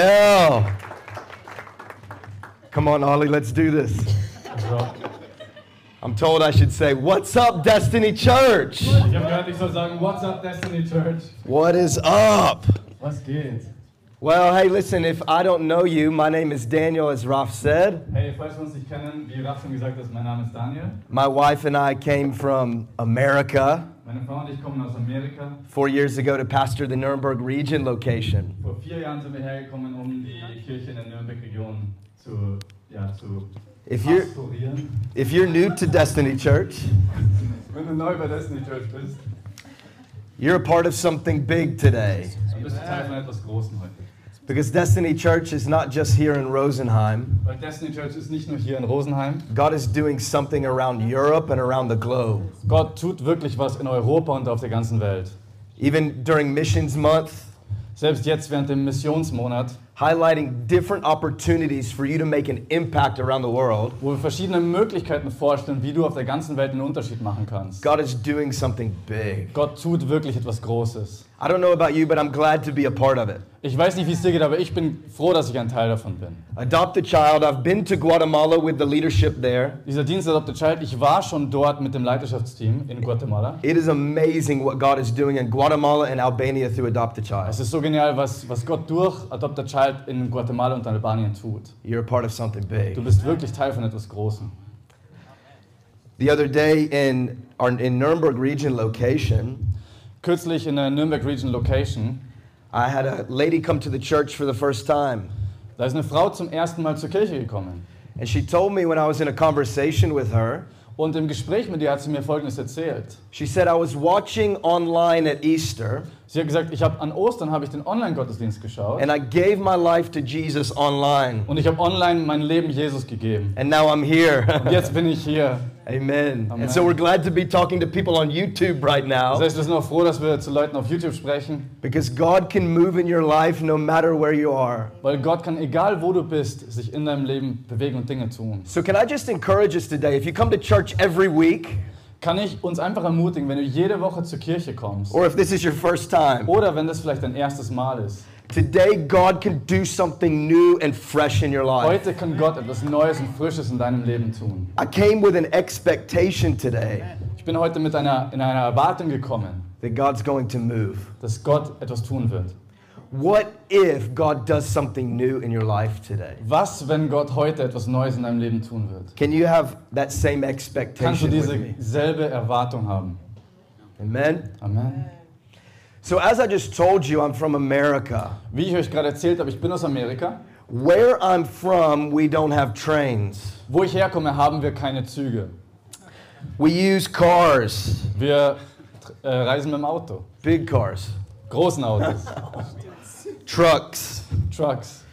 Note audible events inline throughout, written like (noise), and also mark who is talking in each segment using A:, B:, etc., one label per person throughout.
A: Raphael. Come on, Ollie, let's do this. I'm told I should say, What's up, Destiny Church?
B: Ich habe gehört, ich soll sagen, What's up Destiny Church?
A: What is up?
B: Was geht?
A: Well, hey, listen, if I don't know you, my name is Daniel, as Raf said.
B: Hey, falls wir uns nicht kennen, wie Raf schon gesagt hat, mein Name ist Daniel.
A: My wife and I came from America
B: Meine Frau und ich kommen aus Amerika.
A: four years ago to pastor the Nuremberg region location.
B: Vor vier Jahren sind wir hergekommen, um die Kirche in der Nürnberg-Region zu, ja, zu
A: If you're,
B: pastorieren.
A: if you're new to Destiny Church,
B: Wenn du neu bei Destiny Church bist,
A: you're a part of something big today.
B: dann bist du Teil von etwas Großem heute.
A: Because Destiny Church is not just here in Rosenheim,
B: Weil Destiny Church ist nicht nur hier in Rosenheim.
A: God is doing something around Europe and around the globe.
B: Gott tut wirklich was in Europa und auf der ganzen Welt.
A: Even during Missions Month,
B: Selbst jetzt während dem Missionsmonat,
A: highlighting different opportunities for you to make an impact around the world,
B: wo wir verschiedene Möglichkeiten vorstellen, wie du auf der ganzen Welt einen Unterschied machen kannst.
A: God is doing something big.
B: Gott tut wirklich etwas Großes.
A: I don't know about you, but I'm glad to be a part of it.
B: Ich weiß nicht, wie es dir geht, aber ich bin froh, dass ich ein Teil davon bin.
A: Adopt a Child, I've been to Guatemala with the leadership there.
B: Dieser Dienst Adopted Child, ich war schon dort mit dem Leiterschaftsteam in Guatemala.
A: It is amazing what God is doing in Guatemala and Albania through Adopt a Child.
B: Es ist so genial, was, was Gott durch Adopted Child in Guatemala und Albanien tut.
A: You're a part of something
B: Du
A: big.
B: bist wirklich Teil von etwas Großem.
A: The other day in, our, in Nuremberg region location,
B: Kürzlich in der Nürnberg Region Location,
A: I had a lady come to the church for the first time.
B: da ist eine Frau zum ersten Mal zur Kirche gekommen.
A: And she told me when I was in a conversation with her,
B: Und im Gespräch mit ihr hat sie mir Folgendes erzählt.
A: she said, I was watching online at Easter
B: Sie hat gesagt, ich habe an Ostern habe ich den Online-Gottesdienst geschaut
A: and I gave my life to Jesus online.
B: und ich habe online mein Leben Jesus gegeben.
A: And now I'm here. (laughs)
B: Und jetzt bin ich hier.
A: Amen. And
B: Amen.
A: so we're glad to be talking to people on YouTube right
B: Das
A: now
B: heißt, wir sind auch froh, dass wir zu Leuten auf YouTube sprechen,
A: because God can move in your life no matter where you are.
B: weil Gott kann, egal wo du bist, sich in deinem Leben bewegen und Dinge tun.
A: So, can I just encourage us today? If you come to church every week,
B: Kann ich uns einfach ermutigen, wenn du jede Woche zur Kirche kommst
A: or if this is your first time,
B: oder wenn das vielleicht dein erstes Mal ist.
A: today God can do something new and fresh in your life.
B: Heute kann Gott etwas Neues und Frisches in deinem Leben tun.
A: I came with an expectation today
B: Ich bin heute mit einer, in einer Erwartung gekommen,
A: that God's going to move.
B: dass Gott etwas tun wird.
A: What if God does something new in your life today?
B: Was, wenn Gott heute etwas Neues in deinem Leben tun wird?
A: Can you have that same
B: Kannst du
A: expectation with me?
B: diese selbe Erwartung haben?
A: Amen.
B: Amen.
A: So as I just told you, I'm from America.
B: Wie ich euch gerade erzählt habe, ich bin aus Amerika.
A: Where I'm from, we don't have trains.
B: Wo ich herkomme, haben wir keine Züge.
A: We use cars,
B: Wir äh, reisen mit dem Auto.
A: big cars,
B: Großen Autos,
A: trucks.
B: Trucks.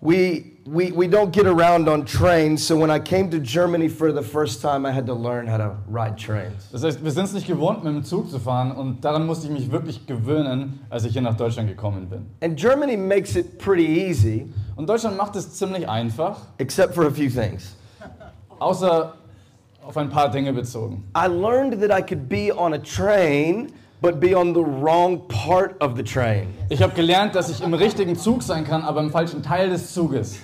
A: We we, we don't get around on trains, so when I came to Germany for the first time, I had to learn how to ride trains.
B: Das heißt, wir sind es nicht gewohnt, mit dem Zug zu fahren und daran musste ich mich wirklich gewöhnen, als ich hier nach Deutschland gekommen bin.
A: And Germany makes it pretty easy,
B: Und Deutschland macht es ziemlich einfach,
A: except for a few things.
B: außer auf ein paar Dinge bezogen.
A: I learned that I could be on a train, but be on the wrong part of the train.
B: Ich habe gelernt, dass ich im richtigen Zug sein kann, aber im falschen Teil des Zuges.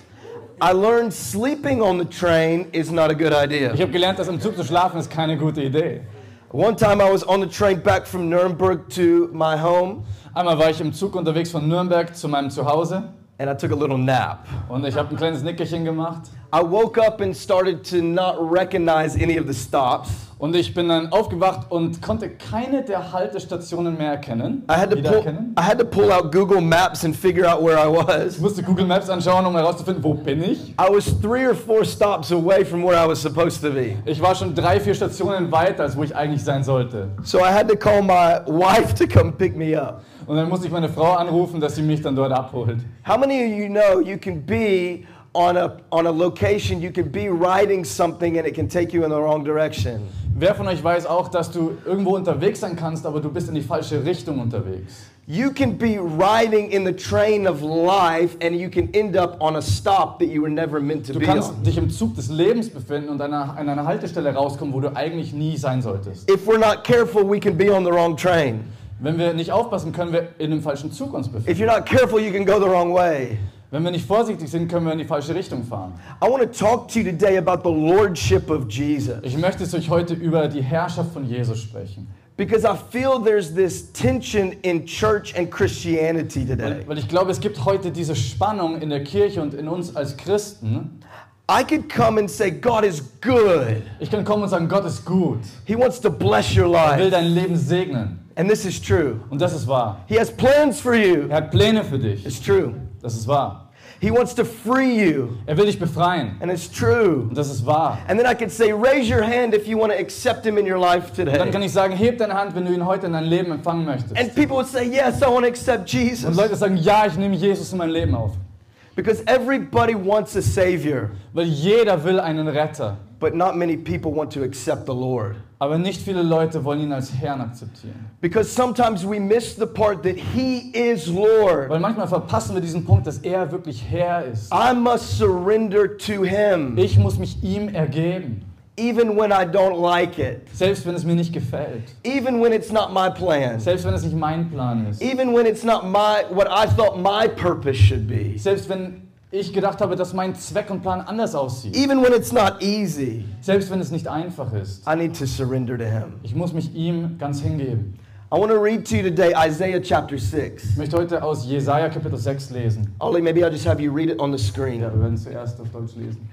A: I learned sleeping on the train is not a good
B: Ich
A: idea.
B: habe gelernt, dass im Zug zu schlafen ist keine gute Idee.
A: One time I was on the train back from Nuremberg to my home,
B: Einmal war ich im Zug unterwegs von Nürnberg zu meinem Zuhause
A: and I took a little nap.
B: und ich habe ein kleines Nickerchen gemacht
A: I woke up and started to not recognize any of the stops.
B: und ich bin dann aufgewacht und konnte keine der Haltestationen mehr erkennen.
A: I had to pull,
B: wiedererkennen.
A: I had to pull out Google Maps and figure out where I
B: Ich
A: was.
B: musste Google Maps anschauen, um herauszufinden, wo bin ich.
A: I was three or four stops away from where I was supposed to be.
B: Ich war schon drei, vier Stationen weiter, als wo ich eigentlich sein sollte.
A: So I had to call my wife to come pick me up.
B: Und dann musste ich meine Frau anrufen, dass sie mich dann dort abholt.
A: How many of you know you can be on a, on a location, you can be riding something and it can take you in the wrong direction?
B: Wer von euch weiß auch, dass du irgendwo unterwegs sein kannst, aber du bist in die falsche Richtung unterwegs?
A: You can be riding in the train of life and you can end up on a stop that you were never meant to
B: Du
A: be
B: kannst
A: on.
B: dich im Zug des Lebens befinden und an einer, an einer Haltestelle rauskommen, wo du eigentlich nie sein solltest.
A: If we're not careful, we can be on the wrong train.
B: Wenn wir nicht aufpassen, können wir in einem falschen Zug uns befinden.
A: If you're not careful, you can go the wrong way.
B: Wenn wir nicht vorsichtig sind, können wir in die falsche Richtung fahren.
A: I want to talk to you today about the lordship of Jesus
B: Ich möchte zu euch heute über die Herrschaft von Jesus sprechen.
A: because I feel there's this tension in church and Christianity today.
B: Weil, weil ich glaube, es gibt heute diese Spannung in der Kirche und in uns als Christen.
A: I could come and say, God is good.
B: Ich kann kommen und sagen, Gott ist gut.
A: He wants to bless your
B: Er will
A: life.
B: dein Leben segnen.
A: And this is true.
B: Und das ist wahr.
A: He has plans for you.
B: Er hat Pläne für dich.
A: It's true.
B: Das ist wahr.
A: He wants to free you.
B: Er will dich befreien.
A: And it's true.
B: Und das ist wahr.
A: And then I could say, raise your hand if you want to accept him in your life
B: Dann kann
A: today.
B: ich sagen, heb deine Hand, wenn du ihn heute in dein Leben empfangen möchtest.
A: And people would say, yes, I want to accept
B: Und
A: Jesus.
B: Leute sagen, ja, ich nehme Jesus in mein Leben auf.
A: Because everybody wants a Savior,
B: Weil jeder will einen Retter.
A: but not many people want to accept the Lord.
B: Aber nicht viele Leute wollen ihn als Herrn akzeptieren.
A: Because sometimes we miss the part that He is Lord.
B: Weil manchmal verpassen wir diesen Punkt, dass er wirklich Herr ist.
A: I must surrender to Him,
B: Ich muss mich ihm ergeben.
A: even when I don't like it,
B: Selbst wenn es mir nicht gefällt.
A: even when it's not my plan,
B: Selbst wenn es nicht mein Plan ist.
A: even when it's not my what I thought my purpose should be,
B: Selbst wenn ich gedacht habe, dass mein Zweck und Plan anders aussieht.
A: even when it's not easy.
B: Selbst wenn es nicht einfach ist.
A: I need to surrender to Him.
B: Ich muss mich ihm ganz hingeben.
A: I want to read to you today Isaiah chapter
B: Ich
A: 6.
B: möchte heute aus Jesaja Kapitel 6 lesen.
A: Ollie, maybe I'll just have you read it on the screen.
B: Ja, wir werden zuerst auf Deutsch lesen.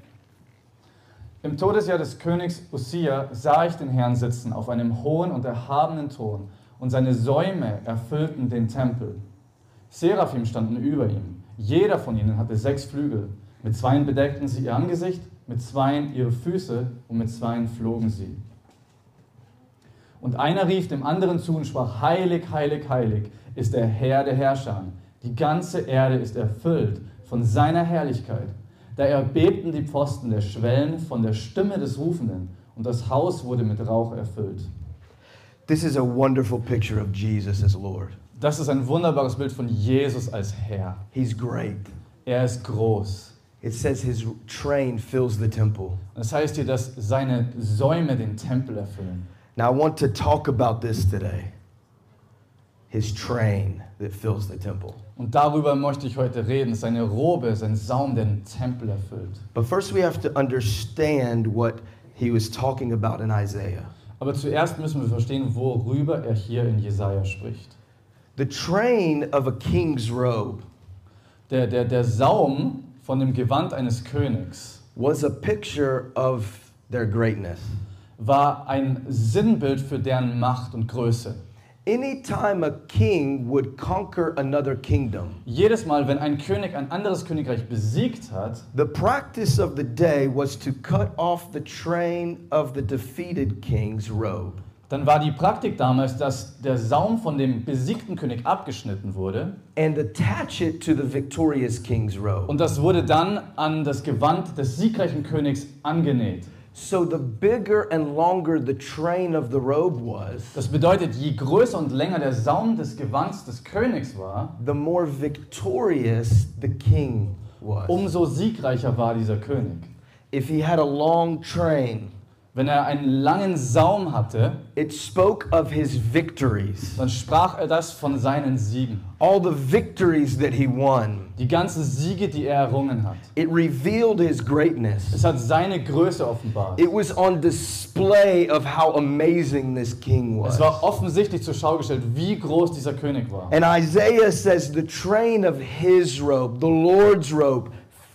B: Im Todesjahr des Königs Ussia sah ich den Herrn sitzen auf einem hohen und erhabenen Thron, und seine Säume erfüllten den Tempel. Seraphim standen über ihm. Jeder von ihnen hatte sechs Flügel. Mit zweien bedeckten sie ihr Angesicht, mit zweien ihre Füße und mit zweien flogen sie. Und einer rief dem anderen zu und sprach, heilig, heilig, heilig ist der Herr der Herrscher. Die ganze Erde ist erfüllt von seiner Herrlichkeit. Da erbebten die Pfosten der Schwellen von der Stimme des Rufenden und das Haus wurde mit Rauch erfüllt.
A: This is a wonderful picture of Jesus as Lord.
B: Das ist ein wunderbares Bild von Jesus als Herr.
A: He's great.
B: Er ist groß.
A: It says his train fills the temple.
B: Und Das heißt hier, dass seine Säume den Tempel erfüllen.
A: Now, I want to talk about this today his train that fills the temple.
B: Und darüber möchte ich heute reden. Seine Robe, sein Saum, der den Tempel erfüllt.
A: But first, we have to understand what he was talking about in Isaiah.
B: Aber zuerst müssen wir verstehen, worüber er hier in Jesaja spricht.
A: The train of a king's robe
B: Der, der, der Saum von dem Gewand eines Königs
A: was a picture of their greatness.
B: war ein Sinnbild für deren Macht und Größe.
A: Anytime a king would conquer another kingdom,
B: Jedes Mal, wenn ein König ein anderes Königreich besiegt hat,
A: the practice of the day was to cut off the train of the defeated king's robe.
B: dann war die Praktik damals, dass der Saum von dem besiegten König abgeschnitten wurde
A: and attach it to the victorious king's robe.
B: und das wurde dann an das Gewand des siegreichen Königs angenäht.
A: So the bigger and longer the train of the robe was,
B: Das bedeutet, je größer und länger der Saum des Gewands des Königs war,
A: the more victorious the king was.
B: umso siegreicher war dieser König.
A: If he had a long train,
B: Wenn er einen langen Saum hatte,
A: it spoke of his victories,
B: dann sprach er das von seinen Siegen.
A: all the victories that he won.
B: Die ganzen Siege, die er errungen hat.
A: It revealed his greatness.
B: Es hat seine Größe offenbart.
A: It was on display of how amazing this king
B: Es
A: was.
B: war offensichtlich zur Schau gestellt, wie groß dieser König war.
A: And Isaiah says, the train of his robe, the Lord's robe,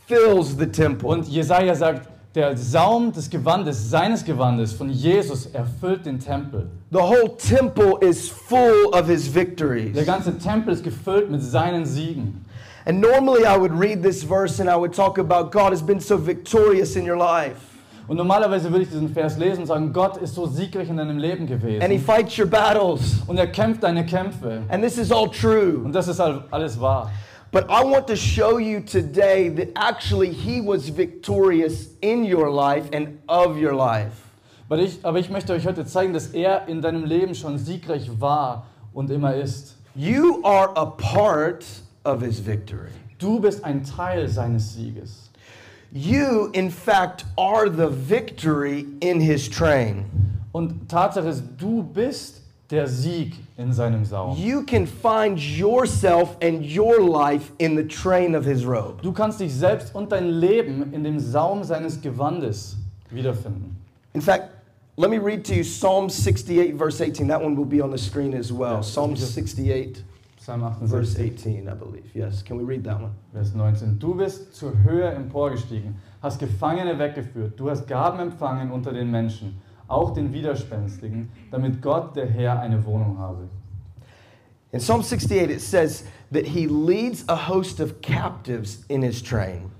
A: fills the temple.
B: Und Jesaja sagt, der Saum des Gewandes, seines Gewandes von Jesus erfüllt den Tempel.
A: The whole temple is full of his victories.
B: Der ganze Tempel ist gefüllt mit seinen Siegen.
A: And normally I would read this verse and I would talk about God has been so victorious in your life.
B: Und normalerweise würde ich diesen Vers lesen und sagen, Gott ist so siegreich in deinem Leben
A: And he
B: gewesen.
A: fights your battles.
B: Und er kämpft deine Kämpfe.
A: And this is all true.
B: Und das ist all- alles wahr.
A: But I want to show you today that actually he was victorious in your life and of your life.
B: Aber ich, aber ich möchte euch heute zeigen, dass er in deinem Leben schon siegreich war und immer ist.
A: You are a part of his victory.
B: Du bist ein Teil seines Sieges.
A: You, in fact, are the victory in his train.
B: Und Tatsache ist, du bist der Sieg in seinem Saum.
A: You can find yourself and your life in the train of his robe.
B: Du kannst dich selbst und dein Leben in dem Saum seines Gewandes wiederfinden.
A: In fact, let me read to you Psalm 68, verse 18. That one will be on the screen as well.
B: Yeah,
A: Psalm
B: just-
A: 68,
B: Psalm
A: verse
B: 68,
A: 18, I believe. Yes. Can we read that one?
B: Vers 19. Du bist zur Höhe emporgestiegen, hast Gefangene weggeführt, du hast Gaben empfangen unter den Menschen, auch den Widerspenstigen, damit Gott, der Herr, eine Wohnung habe.
A: In Psalm 68, it says that he leads a host of captives in his train.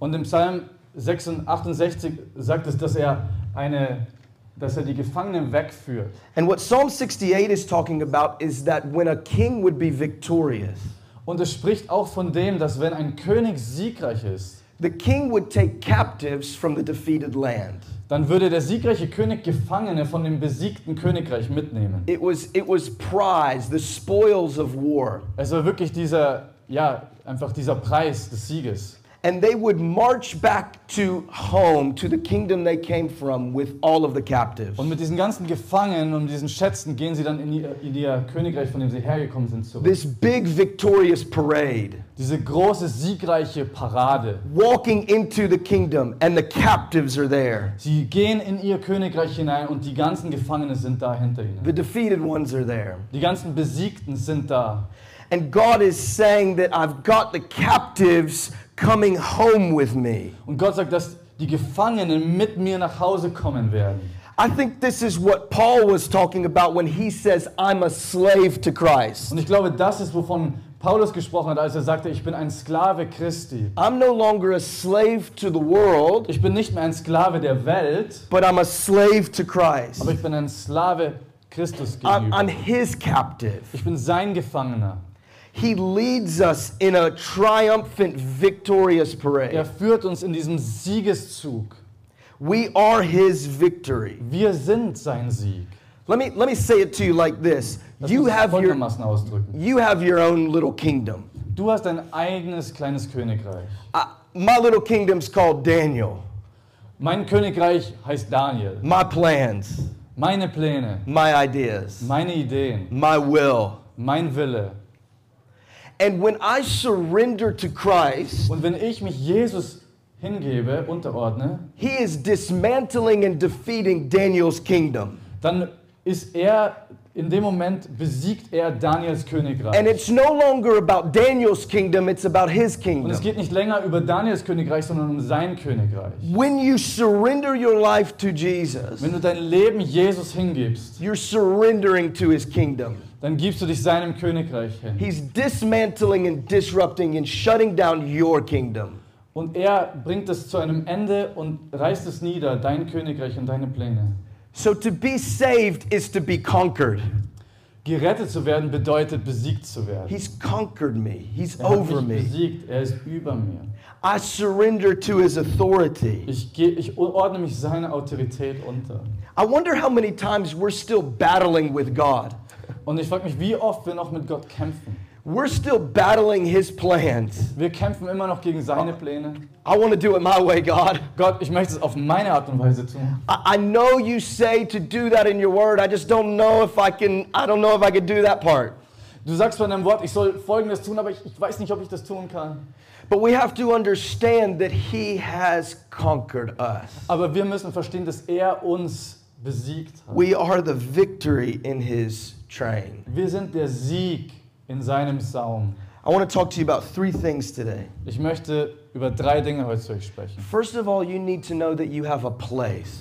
B: Und im Psalm 66 68 sagt es, dass er, eine, dass er die Gefangenen wegführt.
A: And what Psalm 68 is talking about is that when a king would be victorious,
B: Und es spricht auch von dem, dass wenn ein König siegreich ist,
A: the king would take captives from the defeated land.
B: dann würde der siegreiche König Gefangene von dem besiegten Königreich mitnehmen.
A: It was, it was prize, the spoils of war.
B: Es war wirklich dieser, ja, einfach dieser Preis des Sieges.
A: And they would march back to home, to the kingdom they came from, with all of the captives.
B: Und mit diesen ganzen Gefangenen und diesen Schätzen gehen sie dann in ihr, in ihr Königreich, von dem sie hergekommen sind, zurück.
A: This big victorious parade,
B: Diese große siegreiche Parade.
A: walking into the kingdom, and the captives are there.
B: Sie gehen in ihr Königreich hinein und die ganzen Gefangenen sind da hinter ihnen.
A: The defeated ones are there.
B: Die ganzen Besiegten sind da.
A: And God is saying that I've got the captives coming home with me.
B: Und Gott sagt, dass die Gefangenen mit mir nach Hause kommen werden.
A: I think this is what Paul was talking about when he says, I'm a slave to Christ.
B: Und ich glaube, das ist, wovon Paulus gesprochen hat, als er sagte, ich bin ein Sklave Christi.
A: I'm no longer a slave to the world,
B: Ich bin nicht mehr ein Sklave der Welt,
A: but I'm a slave to Christ.
B: aber ich bin ein Sklave Christus
A: I'm, I'm
B: gegenüber.
A: his captive.
B: Ich bin sein Gefangener.
A: He leads us in a triumphant, victorious
B: Er
A: parade.
B: führt uns in diesem Siegeszug.
A: We are his victory.
B: Wir sind sein Sieg.
A: Let me, let me say it to you like this
B: Das
A: you
B: muss ich
A: have, your,
B: folgendermaßen ausdrücken.
A: you have your own little kingdom.
B: Du hast dein eigenes kleines Königreich.
A: I, my little kingdom's called Daniel.
B: Mein Königreich heißt Daniel.
A: My plans,
B: Meine Pläne,
A: my ideas,
B: meine Ideen,
A: my will.
B: mein Wille.
A: And when I surrender to Christ,
B: Und wenn ich mich Jesus hingebe, unterordne,
A: he is dismantling and defeating Daniel's kingdom.
B: dann ist er, in dem Moment besiegt er Daniels
A: And
B: Königreich.
A: it's no longer about Daniel's kingdom, it's about his
B: Und
A: kingdom.
B: es geht nicht länger über Daniels Königreich, sondern um sein Königreich.
A: When you surrender your life to Jesus,
B: Wenn du dein Leben Jesus hingibst,
A: you're surrendering to his kingdom.
B: dann gibst du dich seinem Königreich hin.
A: He's dismantling and disrupting and shutting down your kingdom.
B: Und er bringt es zu einem Ende und reißt es nieder, dein Königreich und deine Pläne.
A: So to be saved is to be conquered.
B: Gerettet zu werden bedeutet besiegt zu werden.
A: He's conquered me. He's
B: Er hat
A: over
B: mich
A: me.
B: besiegt, er ist über mir.
A: I surrender to his authority.
B: Ich, geh, ich ordne mich seiner Autorität unter.
A: I wonder how many times we're still battling with God.
B: Und ich frage mich, wie oft wir noch mit Gott kämpfen.
A: We're still battling his plans.
B: Wir kämpfen immer noch gegen seine Pläne.
A: I want to do it my way, God.
B: Gott, ich möchte es auf meine Art und Weise tun.
A: I, I know you say to do that in your word. I just don't know if I can I don't know if I can do that part.
B: Du sagst von deinem Wort, ich soll Folgendes tun, aber ich, ich weiß nicht, ob ich das tun kann.
A: But we have to understand that he has conquered us.
B: Aber wir müssen verstehen, dass er uns besiegt hat.
A: We are the victory in his train.
B: Wir sind der Sieg in seinem Saum.
A: I want to talk to you about three things today.
B: Ich möchte über drei Dinge heute zu euch sprechen.
A: First of all, you need to know that you have a place.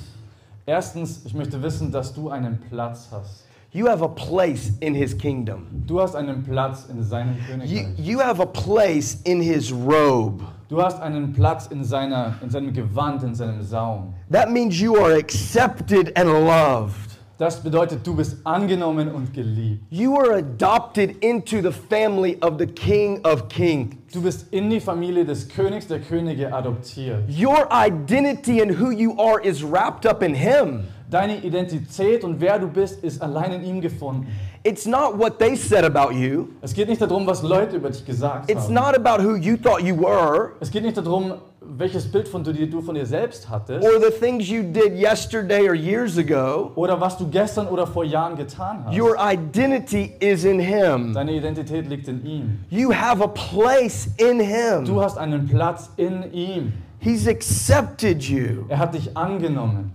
B: Erstens, ich möchte wissen, dass du einen Platz hast.
A: You have a place in his kingdom.
B: Du hast einen Platz in seinem
A: You,
B: Königreich.
A: you have a place in his robe.
B: Du hast einen Platz in, seiner, in seinem Gewand, in seinem Saum.
A: That means you are accepted and loved.
B: Das bedeutet, du bist angenommen und geliebt.
A: You are adopted into the family of the King of Kings.
B: Du bist in die Familie des Königs der Könige adoptiert.
A: Your identity and who you are is wrapped up in him.
B: Deine Identität und wer du bist, ist allein in ihm gefunden.
A: It's not what they said about you.
B: Es geht nicht darum, was Leute über dich gesagt
A: It's
B: haben.
A: not about who you thought you were.
B: es geht nicht darum, welches Bild von du, dir- du von dir selbst hattest
A: or the things you did yesterday or years ago.
B: oder was du gestern oder vor Jahren getan hast.
A: Your identity is in Him.
B: Deine Identität liegt in ihm.
A: You have a place in
B: Du
A: Him.
B: hast einen Platz in ihm.
A: He's accepted you.
B: Er hat dich angenommen.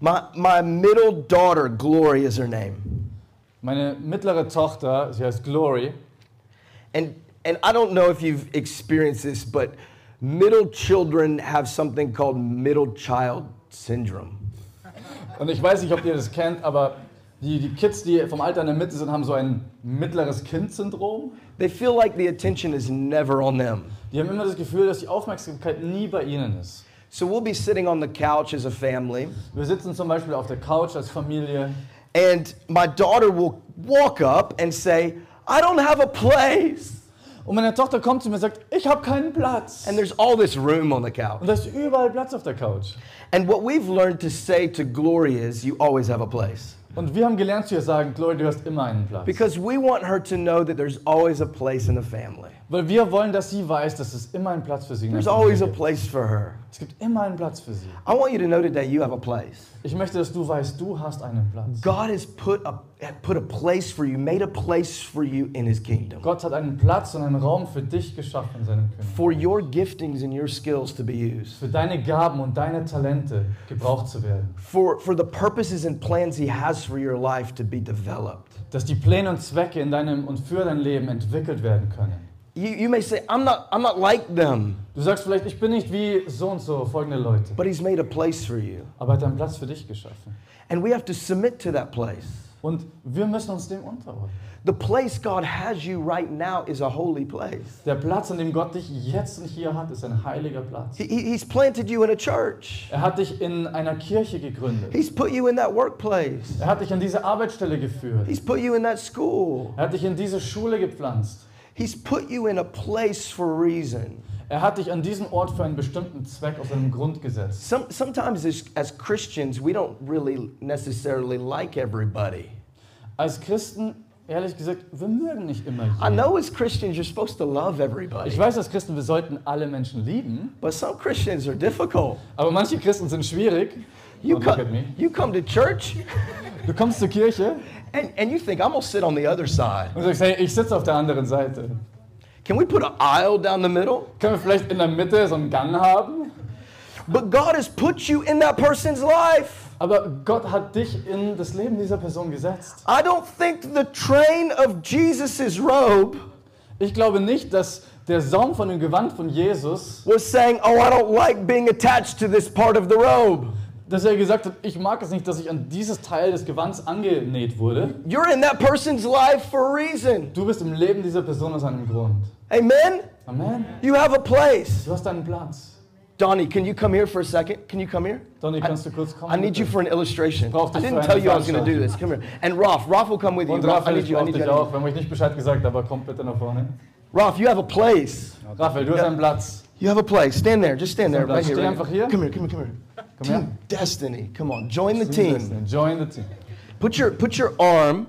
A: My, my middle daughter, Glory is her name.
B: Meine mittlere Tochter, sie heißt Glory,
A: And, and I don't know if you've experienced this, but middle children have something called middle child syndrome.
B: und ich weiß nicht, ob ihr das kennt, aber die, die Kids, die vom Alter in der Mitte sind, haben so ein mittleres Kind-Syndrom.
A: They feel like the attention is never on them.
B: Die haben immer das Gefühl, dass die Aufmerksamkeit nie bei ihnen ist.
A: So we'll be sitting on the couch as a family,
B: Wir sitzen zum Beispiel auf der Couch als Familie
A: and my daughter will walk up and say, I don't have a place.
B: und meine Tochter kommt zu mir und sagt, ich habe keinen Platz.
A: And there's all this room on the couch.
B: Und da ist überall Platz auf der Couch.
A: And what we've learned to say to Glory is, you always have a place.
B: Und wir haben gelernt zu ihr sagen, Glory, du hast immer einen Platz.
A: Because we want her to know that there's always a place in the family.
B: Weil wir wollen, dass sie weiß, dass es immer einen Platz für sie in der
A: There's always a
B: Familie gibt.
A: place for her.
B: Es gibt immer einen Platz für sie.
A: I want you to know today you have a place.
B: Ich möchte, dass du weißt, du hast einen Platz.
A: God has put a, put a place for you, made a place for you in his kingdom.
B: Gott hat einen Platz und einen Raum für dich geschaffen in seinem Königreich.
A: For your giftings and your skills to be used.
B: Für deine Gaben und deine Talente gebraucht zu werden.
A: For, for the purposes and plans he has for your life to be developed.
B: Dass die Pläne und Zwecke in deinem und für dein Leben entwickelt werden können.
A: You, you may say, I'm not, I'm not like them,
B: Du sagst vielleicht, ich bin nicht wie so und so folgende Leute.
A: but he's made a place for you.
B: Aber er hat einen Platz für dich geschaffen.
A: And we have to submit to that place.
B: Und wir müssen uns dem unterordnen.
A: The place God has you right now is a holy place.
B: Der Platz, an dem Gott dich jetzt und hier hat, ist ein heiliger Platz.
A: He, he- he's planted you in a church.
B: Er hat dich in einer Kirche gegründet.
A: He's put you in that workplace.
B: Er hat dich an diese Arbeitsstelle geführt.
A: He's put you in that school.
B: Er hat dich in diese Schule gepflanzt.
A: He's put you in a place for a reason.
B: Er hat dich an diesem Ort für einen bestimmten Zweck auf einem Grund gesetzt.
A: Some, sometimes as, as Christians, we don't really necessarily like everybody.
B: Als Christen, ehrlich gesagt, wir mögen nicht immer
A: I
B: jeden.
A: know as Christians, you're supposed to love
B: Ich
A: everybody,
B: weiß, als Christen, wir sollten alle Menschen lieben,
A: but some Christians are difficult.
B: aber manche Christen sind schwierig.
A: You
B: Don't look at me.
A: come, you come to church
B: Du kommst zur Kirche
A: and, and you think, I'm going to sit on the other side.
B: und sagst, hey, ich sitze auf der anderen Seite.
A: Can we put an aisle down the middle?
B: Können wir vielleicht in der Mitte so einen Gang haben?
A: But God has put you in that person's life.
B: Aber Gott hat dich in das Leben dieser Person gesetzt.
A: I don't think the train of Jesus' robe
B: Ich glaube nicht, dass der Saum von dem Gewand von Jesus,
A: was saying, Oh, I don't like being attached to this part of the robe.
B: dass er gesagt hat, ich mag es nicht, dass ich an dieses Teil des Gewands angenäht wurde.
A: You're in that person's life for a reason.
B: Du bist im Leben dieser Person aus einem Grund.
A: Amen?
B: Amen.
A: You have a place.
B: Du hast deinen Platz.
A: Donnie, can you come here for a second? Can you come here?
B: Donny, kannst du kurz kommen?
A: I need
B: bitte?
A: you for an illustration.
B: Brauch dich
A: I didn't
B: für
A: tell
B: eine
A: you I was going to do
B: Veranstaltung.
A: this. Come here. And Rolf, Rolf will come with you.
B: Und
A: Rolf, I
B: Raphael,
A: need
B: ich
A: you. I
B: brauche
A: need
B: dich
A: you. I need
B: auch.
A: you.
B: Wir haben euch nicht Bescheid gesagt, aber kommt bitte nach vorne.
A: Rolf, you have a place.
B: Raphael, du hast einen Platz.
A: You have a place. Stand there. Just stand there.
B: Stand
A: Right
B: there.
A: here.
B: Stay
A: right
B: einfach
A: here.
B: hier.
A: Come here. Come here. Come here.
B: Komm her.
A: Team Destiny. Come on. Join the team.
B: Team. Join the team.
A: Put your put your arm,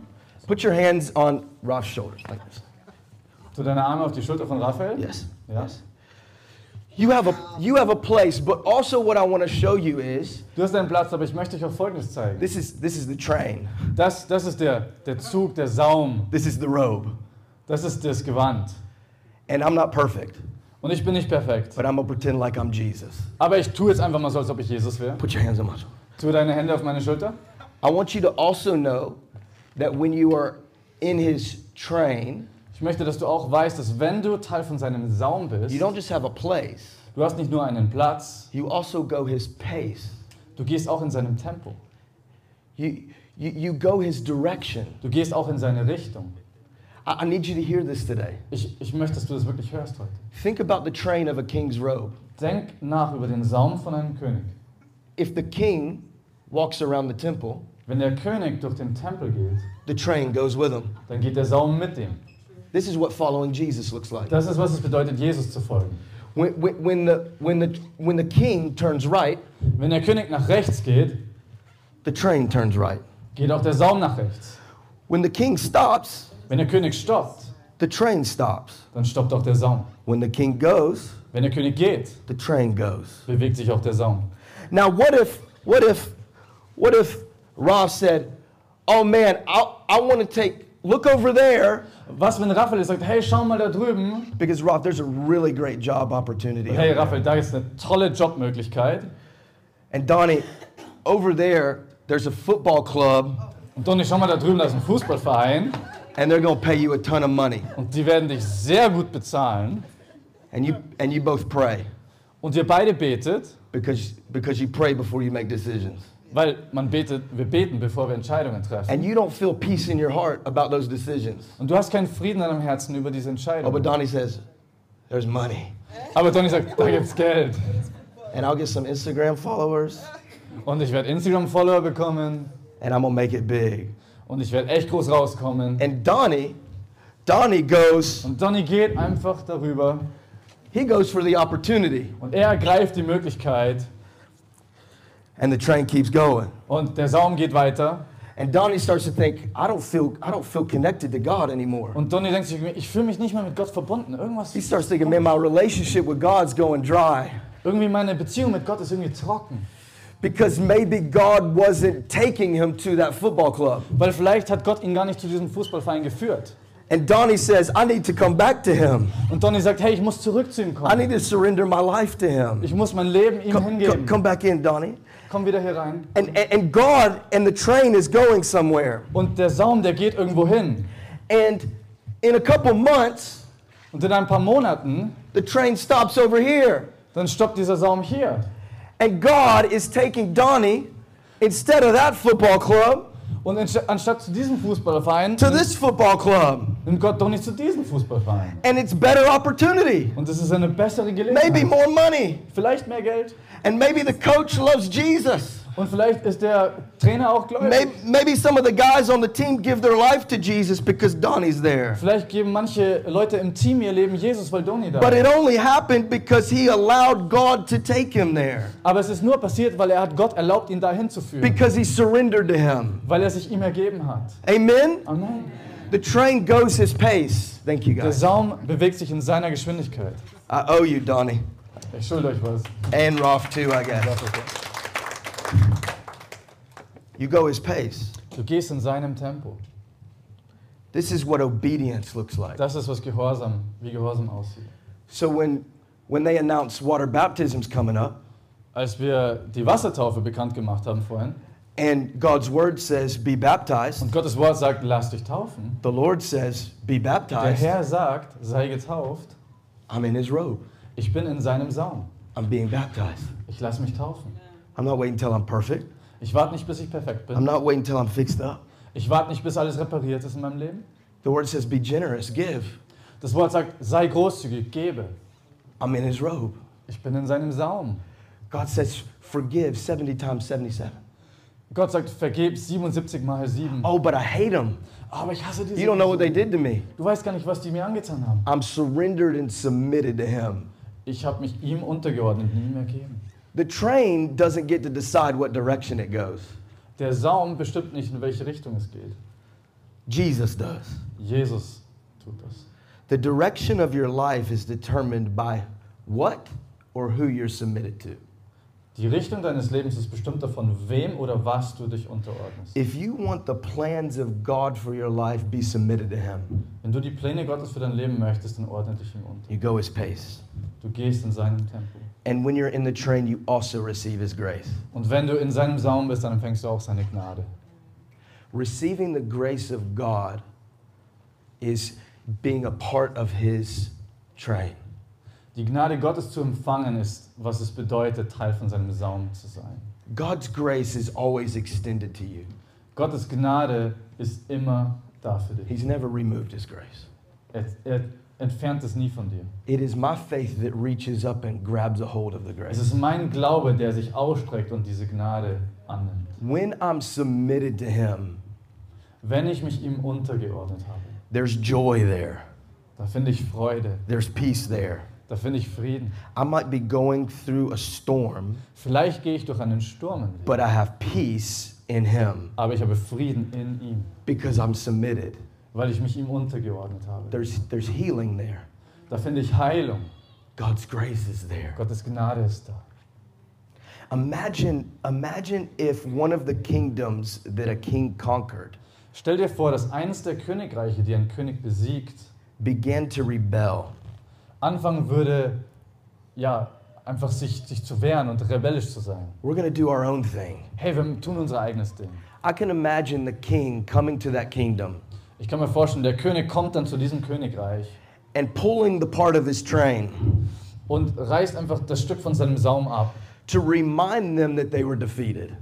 A: put your hands on Ralph's shoulders like this.
B: Tu deine Arme auf die Schulter von Raphael.
A: Yes.
B: Ja.
A: You have a you have a place, but also what I want to show you is
B: Du hast einen Platz, aber ich möchte euch auch Folgendes zeigen.
A: this is this is the train.
B: Das, das ist der, der Zug, der Saum.
A: This is the robe.
B: Das ist das Gewand.
A: And I'm not perfect,
B: Und ich bin nicht perfekt.
A: but I'm gonna pretend like I'm Jesus.
B: Aber ich tue jetzt einfach mal so, als ob ich Jesus wäre.
A: Put your hands on my shoulder.
B: Tu deine Hände auf meine Schulter.
A: I want you to also know that when you are in his train,
B: Ich möchte, dass du auch weißt, dass wenn du Teil von seinem Saum bist,
A: you don't just have a place,
B: du hast nicht nur einen Platz,
A: you also go his pace.
B: du gehst auch in seinem Tempo.
A: You you, you go his direction.
B: Du gehst auch in seine Richtung.
A: I, I need you to hear this today.
B: Ich, ich möchte, dass du das wirklich hörst heute.
A: Think about the train of a king's robe.
B: Denk nach über den Saum von einem König.
A: If the king walks around the temple,
B: Wenn der König durch den Tempel geht,
A: the train goes with him.
B: dann geht der Saum mit ihm.
A: This is what following Jesus looks like.
B: Das ist, was es bedeutet, Jesus zu folgen.
A: When, when, when the, when, the, when the king turns right,
B: Wenn der König nach rechts geht,
A: the train turns right.
B: geht auch der Saum nach rechts.
A: When the king stops,
B: Wenn der König stoppt,
A: the train stops.
B: dann stoppt auch der Saum.
A: When the king goes,
B: Wenn der König geht,
A: the train goes.
B: bewegt sich auch der Saum.
A: Now, what if, what if, what if Ra said, Oh man, I, I want to take, look over there,
B: Was, wenn Raphael sagt, hey, schau mal da drüben.
A: because Roth, there's a really great job opportunity.
B: Hey, Raphael, da ist eine tolle Jobmöglichkeit.
A: And Donnie, over there, there's a football club,
B: Und Donny, schau mal da drüben, da ist ein Fußballverein.
A: and they're going to pay you a ton of money.
B: Und die werden dich sehr gut bezahlen.
A: And you, and you both pray
B: Und ihr beide betet,
A: because, because you pray before you make decisions.
B: weil man betet, wir beten, bevor wir Entscheidungen treffen.
A: And you don't feel peace in your heart about those decisions.
B: Und du hast keinen Frieden in deinem Herzen über diese
A: Oh, but
B: Entscheidung.
A: Donnie says, there's money.
B: Aber Donny sagt, da gibt's Geld.
A: And I'll get some Instagram followers,
B: Und ich werde Instagram-Follower bekommen.
A: and I'm going to make it big.
B: Und ich werde echt groß rauskommen.
A: And Donnie, Donnie goes,
B: Und Donny geht einfach darüber.
A: he goes for the opportunity,
B: Und er ergreift die Möglichkeit.
A: and the train keeps going.
B: Und der Saum geht weiter.
A: And Donnie starts to think, I don't feel, I don't feel connected to God anymore.
B: Und Donny denkt sich, ich fühle mich nicht mehr mit Gott verbunden. Irgendwas,
A: He starts thinking, man, my relationship with God's going dry
B: irgendwie meine Beziehung mit Gott ist irgendwie trocken.
A: because maybe God wasn't taking him to that football club.
B: Weil vielleicht hat Gott ihn gar nicht zu diesem Fußballverein geführt.
A: And Donnie says, I need to come back to him.
B: Und Donny sagt, hey, ich muss zurück zu ihm
A: I
B: kommen.
A: need to surrender my life to him.
B: Ich muss mein Leben ihm
A: Come, come,
B: hingeben.
A: come back in, Donnie.
B: Komm wieder hier rein.
A: And, and, and God and the train is going somewhere.
B: Und der Saum, der geht irgendwo hin.
A: And in a couple months,
B: Und in ein paar Monaten,
A: the train stops over here.
B: dann stoppt dieser Saum hier.
A: And God is taking Donnie instead of that football club
B: Und anst- anstatt zu diesem Fußballverein,
A: to this football club.
B: nimmt Gott Donny zu diesem Fußballverein.
A: And it's better opportunity,
B: Und es ist eine bessere
A: maybe
B: Gelegenheit.
A: more money.
B: Vielleicht mehr Geld.
A: And maybe the coach loves Jesus.
B: Und vielleicht ist der Trainer auch gläubig.
A: Maybe, maybe some of the guys on the team give their life to Jesus because Donnie's there.
B: Vielleicht geben manche Leute im Team ihr Leben Jesus, weil Donny da
A: But
B: ist.
A: it only happened because he allowed God to take him there,
B: Aber es ist nur passiert, weil er hat Gott erlaubt, ihn dahin zu führen.
A: because he surrendered to him.
B: Weil er sich ihm ergeben hat.
A: Amen?
B: Amen.
A: The train goes his pace. Thank you,
B: Der
A: guys.
B: Saum bewegt sich in seiner Geschwindigkeit.
A: I owe you, Donnie.
B: Ich schulde euch was.
A: And Rolf, too, I guess. You go his pace.
B: Du gehst in seinem Tempo.
A: This is what obedience looks like.
B: Das ist, was Gehorsam, wie Gehorsam aussieht.
A: So when, when they announce water baptism's coming up,
B: Als wir die Wassertaufe bekannt gemacht haben vorhin
A: and God's word says, be baptized,
B: und Gottes Wort sagt, lass dich taufen,
A: the Lord says, be
B: der
A: baptized,
B: Herr sagt, sei getauft,
A: I'm in his robe.
B: ich bin in seinem Saum,
A: I'm being baptized.
B: ich lass mich taufen.
A: I'm not waiting till I'm perfect.
B: Ich warte nicht, bis ich perfekt
A: I'm
B: bin.
A: not waiting till I'm fixed up.
B: Ich warte nicht, bis alles repariert ist in meinem Leben.
A: The word says, be generous, give.
B: Das Wort sagt, sei großzügig, gebe.
A: I'm in his robe.
B: Ich bin in seinem Saum.
A: God says, forgive 70 times 77.
B: Gott sagt, vergib 77 mal 7.
A: Oh, but I hate them.
B: Aber ich hasse diese
A: You don't know what they
B: Person.
A: did to me.
B: Du weißt gar nicht, was die mir angetan haben.
A: I'm surrendered and submitted to him.
B: Ich habe mich ihm untergeordnet, nie mehr geben.
A: The train doesn't get to decide what direction it goes.
B: Der Saum bestimmt nicht, in welche Richtung es geht.
A: Jesus does.
B: Jesus tut das.
A: The direction of your life is determined by what or who you're submitted to.
B: Die Richtung deines Lebens ist bestimmt davon, wem oder was du dich unterordnest.
A: If you want the plans of God for your life, be submitted to him.
B: Wenn du die Pläne Gottes für dein Leben möchtest, dann ordne dich ihm unter.
A: You go his pace.
B: Du gehst in seinem Tempo.
A: And when you're in the train, you also receive his grace.
B: Und wenn du in seinem Saum bist, dann empfängst du auch seine Gnade.
A: Receiving the grace of God is being a part of his train.
B: Die Gnade Gottes zu empfangen ist, was es bedeutet, Teil von seinem Saum zu sein.
A: God's grace is always extended to you.
B: Gottes Gnade ist immer da für dich.
A: He's never removed his grace.
B: Er, er entfernt es nie von dir.
A: It is my faith that reaches up and grabs a hold of the
B: Es
A: grace.
B: ist mein Glaube, der sich ausstreckt und diese Gnade annimmt.
A: When I'm submitted to him,
B: Wenn ich mich ihm untergeordnet habe,
A: there's joy there,
B: da finde ich Freude,
A: there's peace there.
B: da finde ich Frieden.
A: I might be going through a storm,
B: Vielleicht gehe ich durch einen Sturm, im Leben,
A: but I have peace in him
B: aber ich habe Frieden in ihm,
A: because I'm submitted.
B: weil ich mich ihm untergeordnet habe.
A: There's, there's healing there.
B: Da finde ich Heilung.
A: God's grace is there.
B: Gottes Gnade ist da.
A: Imagine, imagine if one of the kingdoms that a king conquered
B: Stell dir vor, dass eines der Königreiche, die ein König besiegt,
A: began to rebel.
B: anfangen würde, ja, einfach sich, sich zu wehren und rebellisch zu sein.
A: We're going to do our own thing.
B: Hey, wir tun unser eigenes Ding.
A: I can imagine the king coming to that kingdom
B: Ich kann mir vorstellen, der König kommt dann zu diesem Königreich
A: and pulling the part of his train
B: und reißt einfach das Stück von seinem Saum ab,
A: to remind them that they were defeated.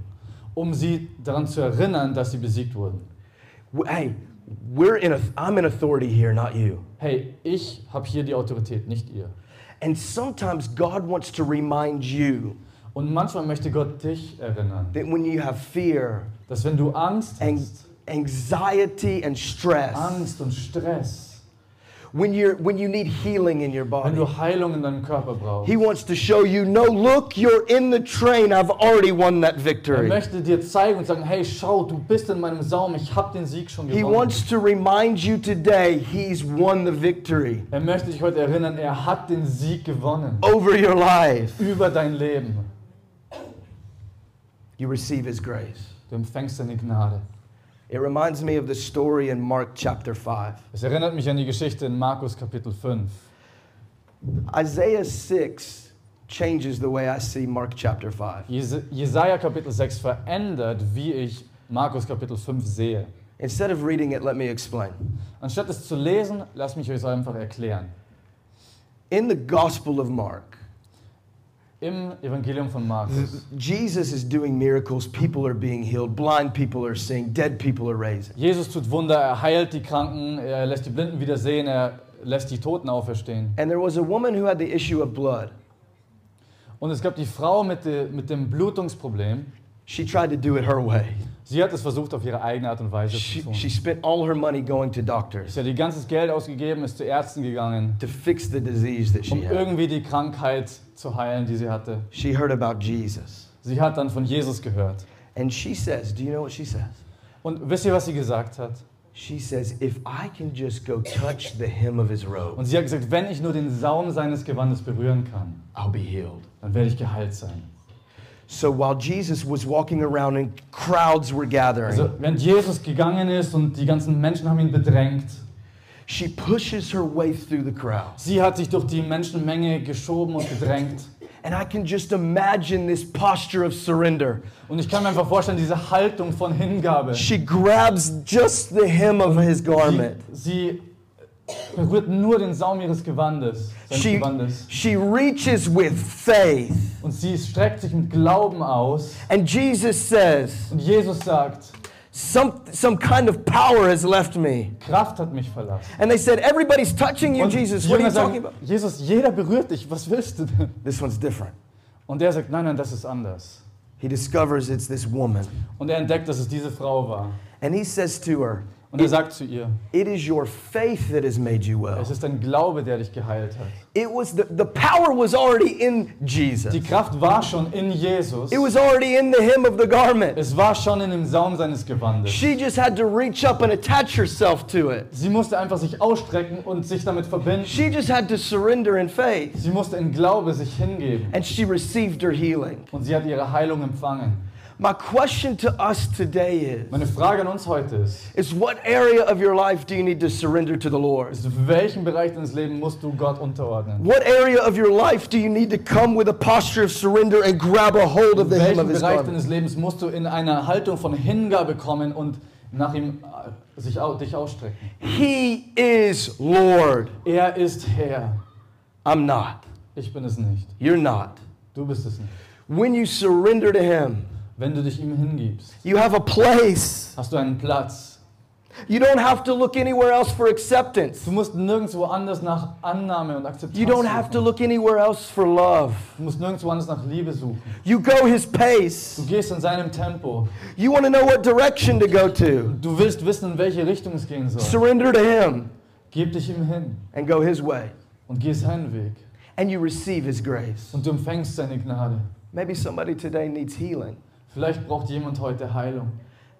B: um sie daran zu erinnern, dass sie besiegt wurden.
A: W- Hey, we're in a, I'm in authority here, not you.
B: Hey, ich habe hier die Autorität, nicht ihr.
A: And sometimes God wants to remind you
B: Und manchmal möchte Gott dich erinnern,
A: that when you have fear,
B: dass wenn du Angst
A: ang-
B: hast,
A: anxiety, and stress,
B: Angst und Stress,
A: when, you're, when you need healing in your body,
B: wenn du Heilung in deinem Körper brauchst,
A: He wants to show you no, look, you're in the train. I've already won that
B: er
A: victory.
B: möchte dir zeigen und sagen, hey, schau, du bist in meinem Saum, ich habe den Sieg schon
A: He
B: gewonnen.
A: wants to remind you today he's won the victory
B: Er möchte dich heute erinnern, er hat den Sieg gewonnen
A: over your life.
B: über dein Leben.
A: You receive his grace.
B: Du empfängst seine Gnade.
A: It reminds me of the story in Mark chapter 5.
B: Es erinnert mich an die Geschichte in Markus Kapitel 5.
A: Isaiah 6 changes the way I see Mark chapter 5.
B: Jes- Jesaja Kapitel 6 verändert, wie ich Markus Kapitel 5 sehe.
A: Instead of reading it, let me explain.
B: Anstatt es zu lesen, lass mich euch einfach erklären.
A: In the Gospel of Mark,
B: Im Evangelium von Markus.
A: Jesus is doing miracles. People are being healed. Blind people are seeing. Dead people are raising.
B: Jesus tut Wunder, er heilt die Kranken, er lässt die Blinden wieder sehen, er lässt die Toten auferstehen.
A: And there was a woman who had the issue of blood.
B: Und es gab die Frau mit, de, mit dem Blutungsproblem.
A: She tried to do it her way.
B: Sie hat es versucht, auf ihre eigene Art und Weise zu
A: She,
B: tun.
A: she spent all her money going to
B: Sie
A: doctors
B: hat ihr ganzes Geld ausgegeben, ist zu Ärzten gegangen,
A: to fix the disease that she
B: um
A: had.
B: irgendwie die Krankheit zu heilen, die sie hatte.
A: She heard about Jesus.
B: Sie hat dann von Jesus gehört.
A: And she says, Do you know what she says?
B: Und wisst ihr, was sie gesagt hat?
A: She says, If I can just go touch the hem of his
B: Und
A: robe,
B: sie hat gesagt, wenn ich nur den Saum seines Gewandes berühren kann,
A: I'll be healed.
B: dann werde ich geheilt sein.
A: So while Jesus was walking around and crowds were gathering,
B: Also, während Jesus gegangen ist und die ganzen Menschen haben ihn bedrängt,
A: she pushes her way through the crowd.
B: sie hat sich durch die Menschenmenge geschoben und gedrängt.
A: And I can just imagine this posture of surrender.
B: Und ich kann mir einfach vorstellen, diese Haltung von Hingabe.
A: She grabs just the hem of his
B: Sie,
A: garment.
B: sie berührt nur den Saum ihres Gewandes, seines
A: She,
B: Gewandes.
A: she reaches with faith.
B: Und sie streckt sich mit Glauben aus.
A: And Jesus says,
B: Und Jesus sagt,
A: some, some kind of power has left me.
B: Kraft hat mich verlassen.
A: And they said, Everybody's touching you,
B: Und
A: Jesus.
B: die
A: What are
B: Jünger
A: you talking
B: sagen,
A: about?
B: Jesus, jeder berührt dich, was willst du denn?
A: This one's different.
B: Und er sagt, nein, nein, das ist anders.
A: He discovers it's this woman.
B: Und er entdeckt, dass es diese Frau war.
A: And he says to her,
B: Und er sagt zu ihr,
A: It is your faith that has made you
B: es
A: well.
B: ist dein Glaube, der dich geheilt hat.
A: It was the, the power was already in Jesus.
B: Die Kraft war schon in Jesus.
A: It was already in the hem of the garment.
B: Es war schon in dem Saum seines Gewandes.
A: She just had to reach up and attach herself to it.
B: Sie musste einfach sich ausstrecken und sich damit verbinden.
A: She just had to surrender in faith.
B: Sie musste in Glaube sich hingeben.
A: And she received her healing.
B: Und sie hat ihre Heilung empfangen.
A: My question to us today is
B: Meine Frage an uns heute ist,
A: is what area of your life do you need to surrender to the Lord?
B: ist welchen Bereich deines Lebens musst du Gott unterordnen?
A: What area of your life do you need to come with a posture of surrender and grab a hold of the hem
B: Welchen
A: of his
B: Bereich
A: garment?
B: deines Lebens musst du in einer Haltung von Hingabe kommen und nach ihm äh, sich, au- dich ausstrecken?
A: He is Lord.
B: Er ist Herr.
A: I'm not.
B: Ich bin es nicht.
A: You're not.
B: Du bist es nicht.
A: When you surrender to him,
B: Wenn du dich ihm hingibst,
A: you have a place.
B: hast du einen Platz.
A: You don't have to look anywhere else for acceptance.
B: Du musst nirgendwo anders nach Annahme und Akzeptanz
A: You don't have to
B: suchen.
A: look anywhere else for love.
B: Du musst nirgendwo anders nach Liebe suchen.
A: You go his
B: Du
A: pace.
B: gehst in seinem Tempo.
A: You want to know what direction to go to.
B: Du willst wissen, in welche Richtung es gehen soll.
A: Surrender to him
B: Gib dich ihm hin.
A: and go his way.
B: und geh seinen Weg
A: And you receive his grace.
B: und du empfängst seine Gnade.
A: Maybe somebody today needs healing.
B: Vielleicht braucht jemand heute Heilung.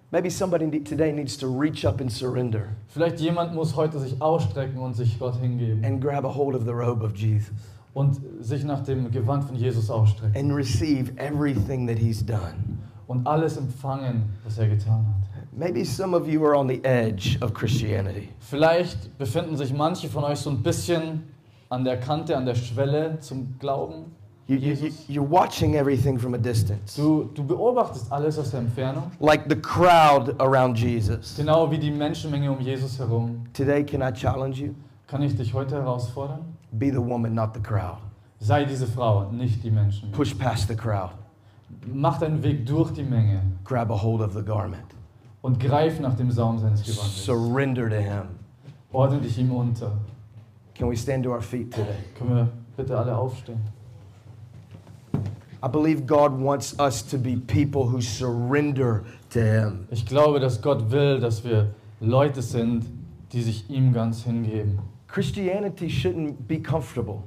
A: Maybe somebody need- today needs to reach up and surrender
B: Vielleicht jemand muss heute sich ausstrecken und sich Gott hingeben
A: and grab a hold of the robe of Jesus
B: und sich nach dem Gewand von Jesus ausstrecken
A: and receive everything that he's done.
B: und alles empfangen, was er getan hat.
A: Maybe some of you are on the edge of Christianity.
B: Vielleicht befinden sich manche von euch so ein bisschen an der Kante, an der Schwelle zum Glauben.
A: You, you, you,
B: Jesus.
A: you're watching everything from a distance,
B: Du, du beobachtest alles aus der Entfernung,
A: like the crowd around Jesus.
B: genau wie die Menschenmenge um Jesus herum.
A: Today, can I challenge you?
B: Kann ich dich heute herausfordern?
A: Be the woman, not the crowd.
B: Sei diese Frau, nicht die Menschen.
A: Push past the crowd,
B: Mach deinen Weg durch die Menge
A: grab a hold of the garment,
B: und greif nach dem Saum seines Gewandes.
A: surrender to him.
B: Ordne dich ihm unter.
A: Can we stand to our feet today?
B: Können wir bitte alle aufstehen?
A: I believe God wants us to be people who surrender to him.
B: Ich glaube, dass Gott will, dass wir Leute sind, die sich ihm ganz hingeben.
A: Christianity shouldn't be comfortable.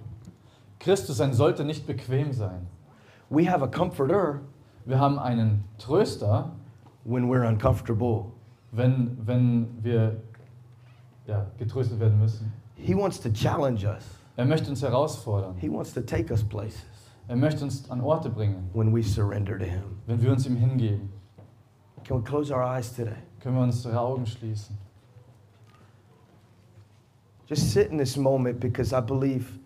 B: Christus sein sollte nicht bequem sein.
A: We have a comforter
B: Wir haben einen Tröster,
A: when we're uncomfortable.
B: wenn, wenn wir ja, getröstet werden müssen.
A: He wants to challenge us.
B: Er möchte uns herausfordern.
A: He wants to take us places
B: Er möchte uns an Orte bringen,
A: when we surrender to him.
B: wenn wir uns ihm hingeben.
A: Can we close our eyes today?
B: Können wir unsere Augen schließen?
A: Just sit in this moment because I believe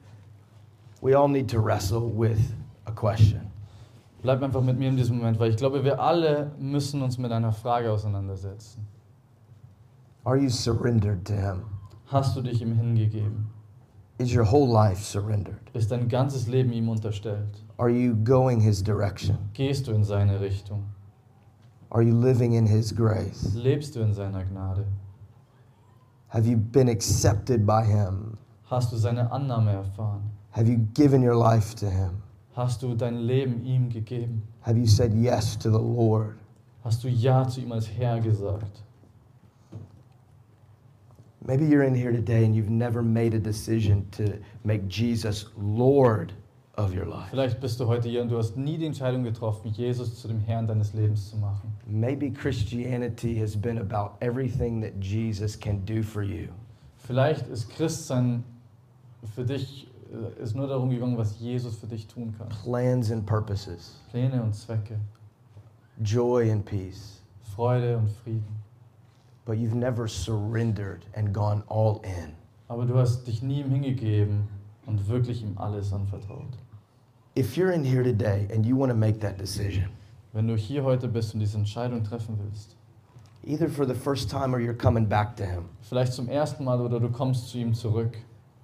A: we all need to wrestle with a question.
B: Bleib einfach mit mir in diesem Moment, weil ich glaube, wir alle müssen uns mit einer Frage auseinandersetzen.
A: Are you surrendered to him?
B: Hast du dich ihm hingegeben?
A: Is your whole life surrendered?
B: Ist dein ganzes Leben ihm unterstellt?
A: Are you going his direction?
B: Gehst du in seine Richtung?
A: Are you living in his grace?
B: Lebst du in seiner Gnade?
A: Have you been accepted by him?
B: Hast du seine Annahme erfahren?
A: Have you given your life to him?
B: Hast du dein Leben ihm gegeben?
A: Have you said yes to the Lord?
B: Hast du Ja zu ihm als Herr gesagt?
A: Maybe you're in here today and you've never made a decision to make Jesus Lord of your life.
B: Vielleicht bist du heute hier und du hast nie die Entscheidung getroffen, Jesus zu dem Herrn deines Lebens zu machen.
A: Maybe Christianity has been about everything that Jesus can do for you.
B: Vielleicht ist Christsein für dich äh, ist nur darum gegangen, was Jesus für dich tun kann.
A: Plans and purposes,
B: Pläne und Zwecke,
A: joy and peace,
B: Freude und Frieden.
A: but you've never surrendered and gone all in.
B: Aber du hast dich nie ihm hingegeben und wirklich ihm alles anvertraut.
A: If you're in here today and you want to make that decision,
B: Wenn du hier heute bist und diese Entscheidung treffen willst,
A: either for the first time or you're coming back to Him,
B: vielleicht zum ersten Mal oder du kommst zu ihm zurück,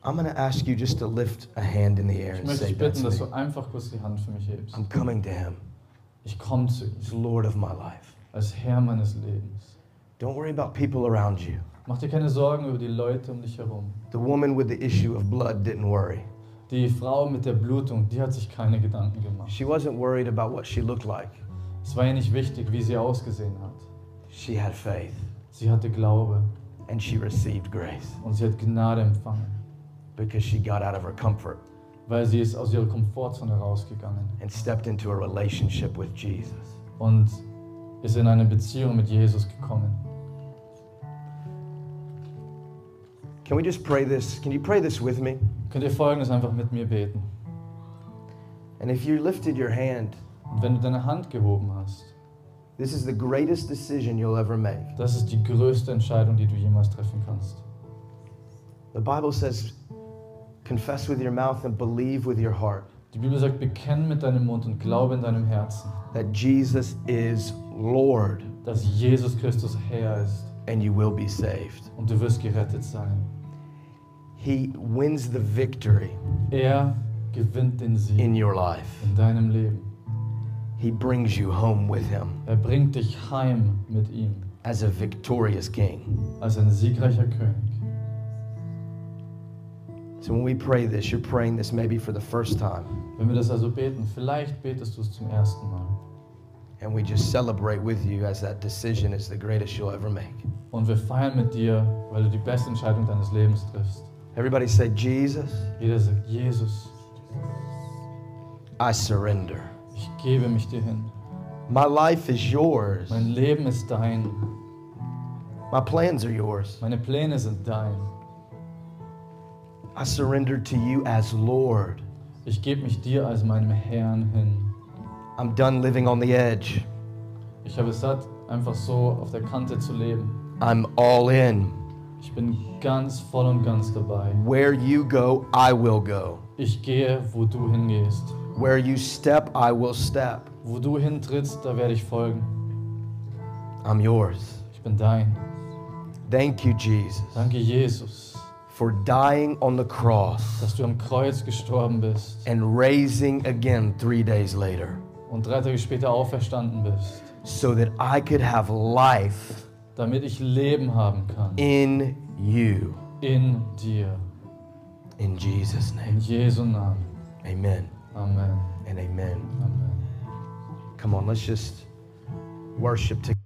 A: I'm going to ask you just to lift a hand in the air
B: ich
A: and
B: möchte
A: say,
B: dich bitten,
A: That's
B: dass du
A: me.
B: einfach kurz die Hand für mich hebst.
A: I'm coming to Him.
B: Ich komme zu
A: He's
B: ihm
A: Lord of my life.
B: als Herr meines Lebens.
A: Don't worry about people around you.
B: Mach dir keine Sorgen über die Leute um dich herum.
A: The woman with the issue of blood didn't worry.
B: Die Frau mit der Blutung, die hat sich keine Gedanken gemacht.
A: She wasn't worried about what she looked like.
B: Es war ihr nicht wichtig, wie sie ausgesehen hat.
A: She had faith
B: Sie hatte Glaube
A: and she received grace
B: und sie hat Gnade empfangen,
A: because she got out of her comfort
B: weil sie ist aus ihrer Komfortzone rausgegangen
A: and stepped into a relationship with Jesus.
B: und ist in eine Beziehung mit Jesus gekommen.
A: Can we just pray this? Can you pray this with me?
B: Könnt ihr folgendes einfach mit mir beten?
A: And if you lifted your hand,
B: Und wenn du deine Hand gehoben hast,
A: this is the greatest decision you'll ever make.
B: das ist die größte Entscheidung, die du jemals treffen kannst.
A: The Bible says, confess with your mouth and believe with your heart
B: Die Bibel sagt, bekenn mit deinem Mund und glaube in deinem Herzen,
A: that Jesus is Lord
B: dass Jesus Christus Herr ist
A: and you will be saved.
B: und du wirst gerettet sein.
A: He wins the victory
B: Er gewinnt den Sieg
A: in your life.
B: in deinem Leben.
A: He brings you home with him
B: Er bringt dich heim mit ihm
A: as a victorious king.
B: als ein siegreicher König.
A: So when we pray this, you're praying this maybe for the first time,
B: Wenn wir das also beten, vielleicht betest du es zum ersten Mal.
A: and we just celebrate with you as that decision is the greatest you'll ever make.
B: Und wir feiern mit dir, weil du die beste Entscheidung deines Lebens triffst.
A: Everybody say, Jesus,
B: Jeder sagt, Jesus,
A: I surrender.
B: ich gebe mich dir hin.
A: My life is yours.
B: Mein Leben ist dein.
A: My plans are yours.
B: Meine Pläne sind dein.
A: I surrender to you as Lord.
B: Ich gebe mich dir als meinem Herrn hin.
A: I'm done living on the edge.
B: Ich habe es satt, einfach so auf der Kante zu leben.
A: I'm all in.
B: Ich bin ganz voll und ganz dabei.
A: Where you go, I will go.
B: Ich gehe, wo du hingehst.
A: Where you step, I will step.
B: Wo du hintrittst, da werde ich folgen.
A: I'm yours.
B: Ich bin dein.
A: Thank you, Jesus,
B: Danke, Jesus,
A: for dying on the cross
B: dass du am Kreuz gestorben bist
A: and raising again three days later
B: und drei Tage später auferstanden bist,
A: so that I could have life
B: damit ich Leben haben kann.
A: in you.
B: In dir.
A: In Jesus'
B: In
A: name.
B: Jesu Namen.
A: Amen
B: Amen.
A: and amen.
B: Amen.
A: Come on, let's just worship together.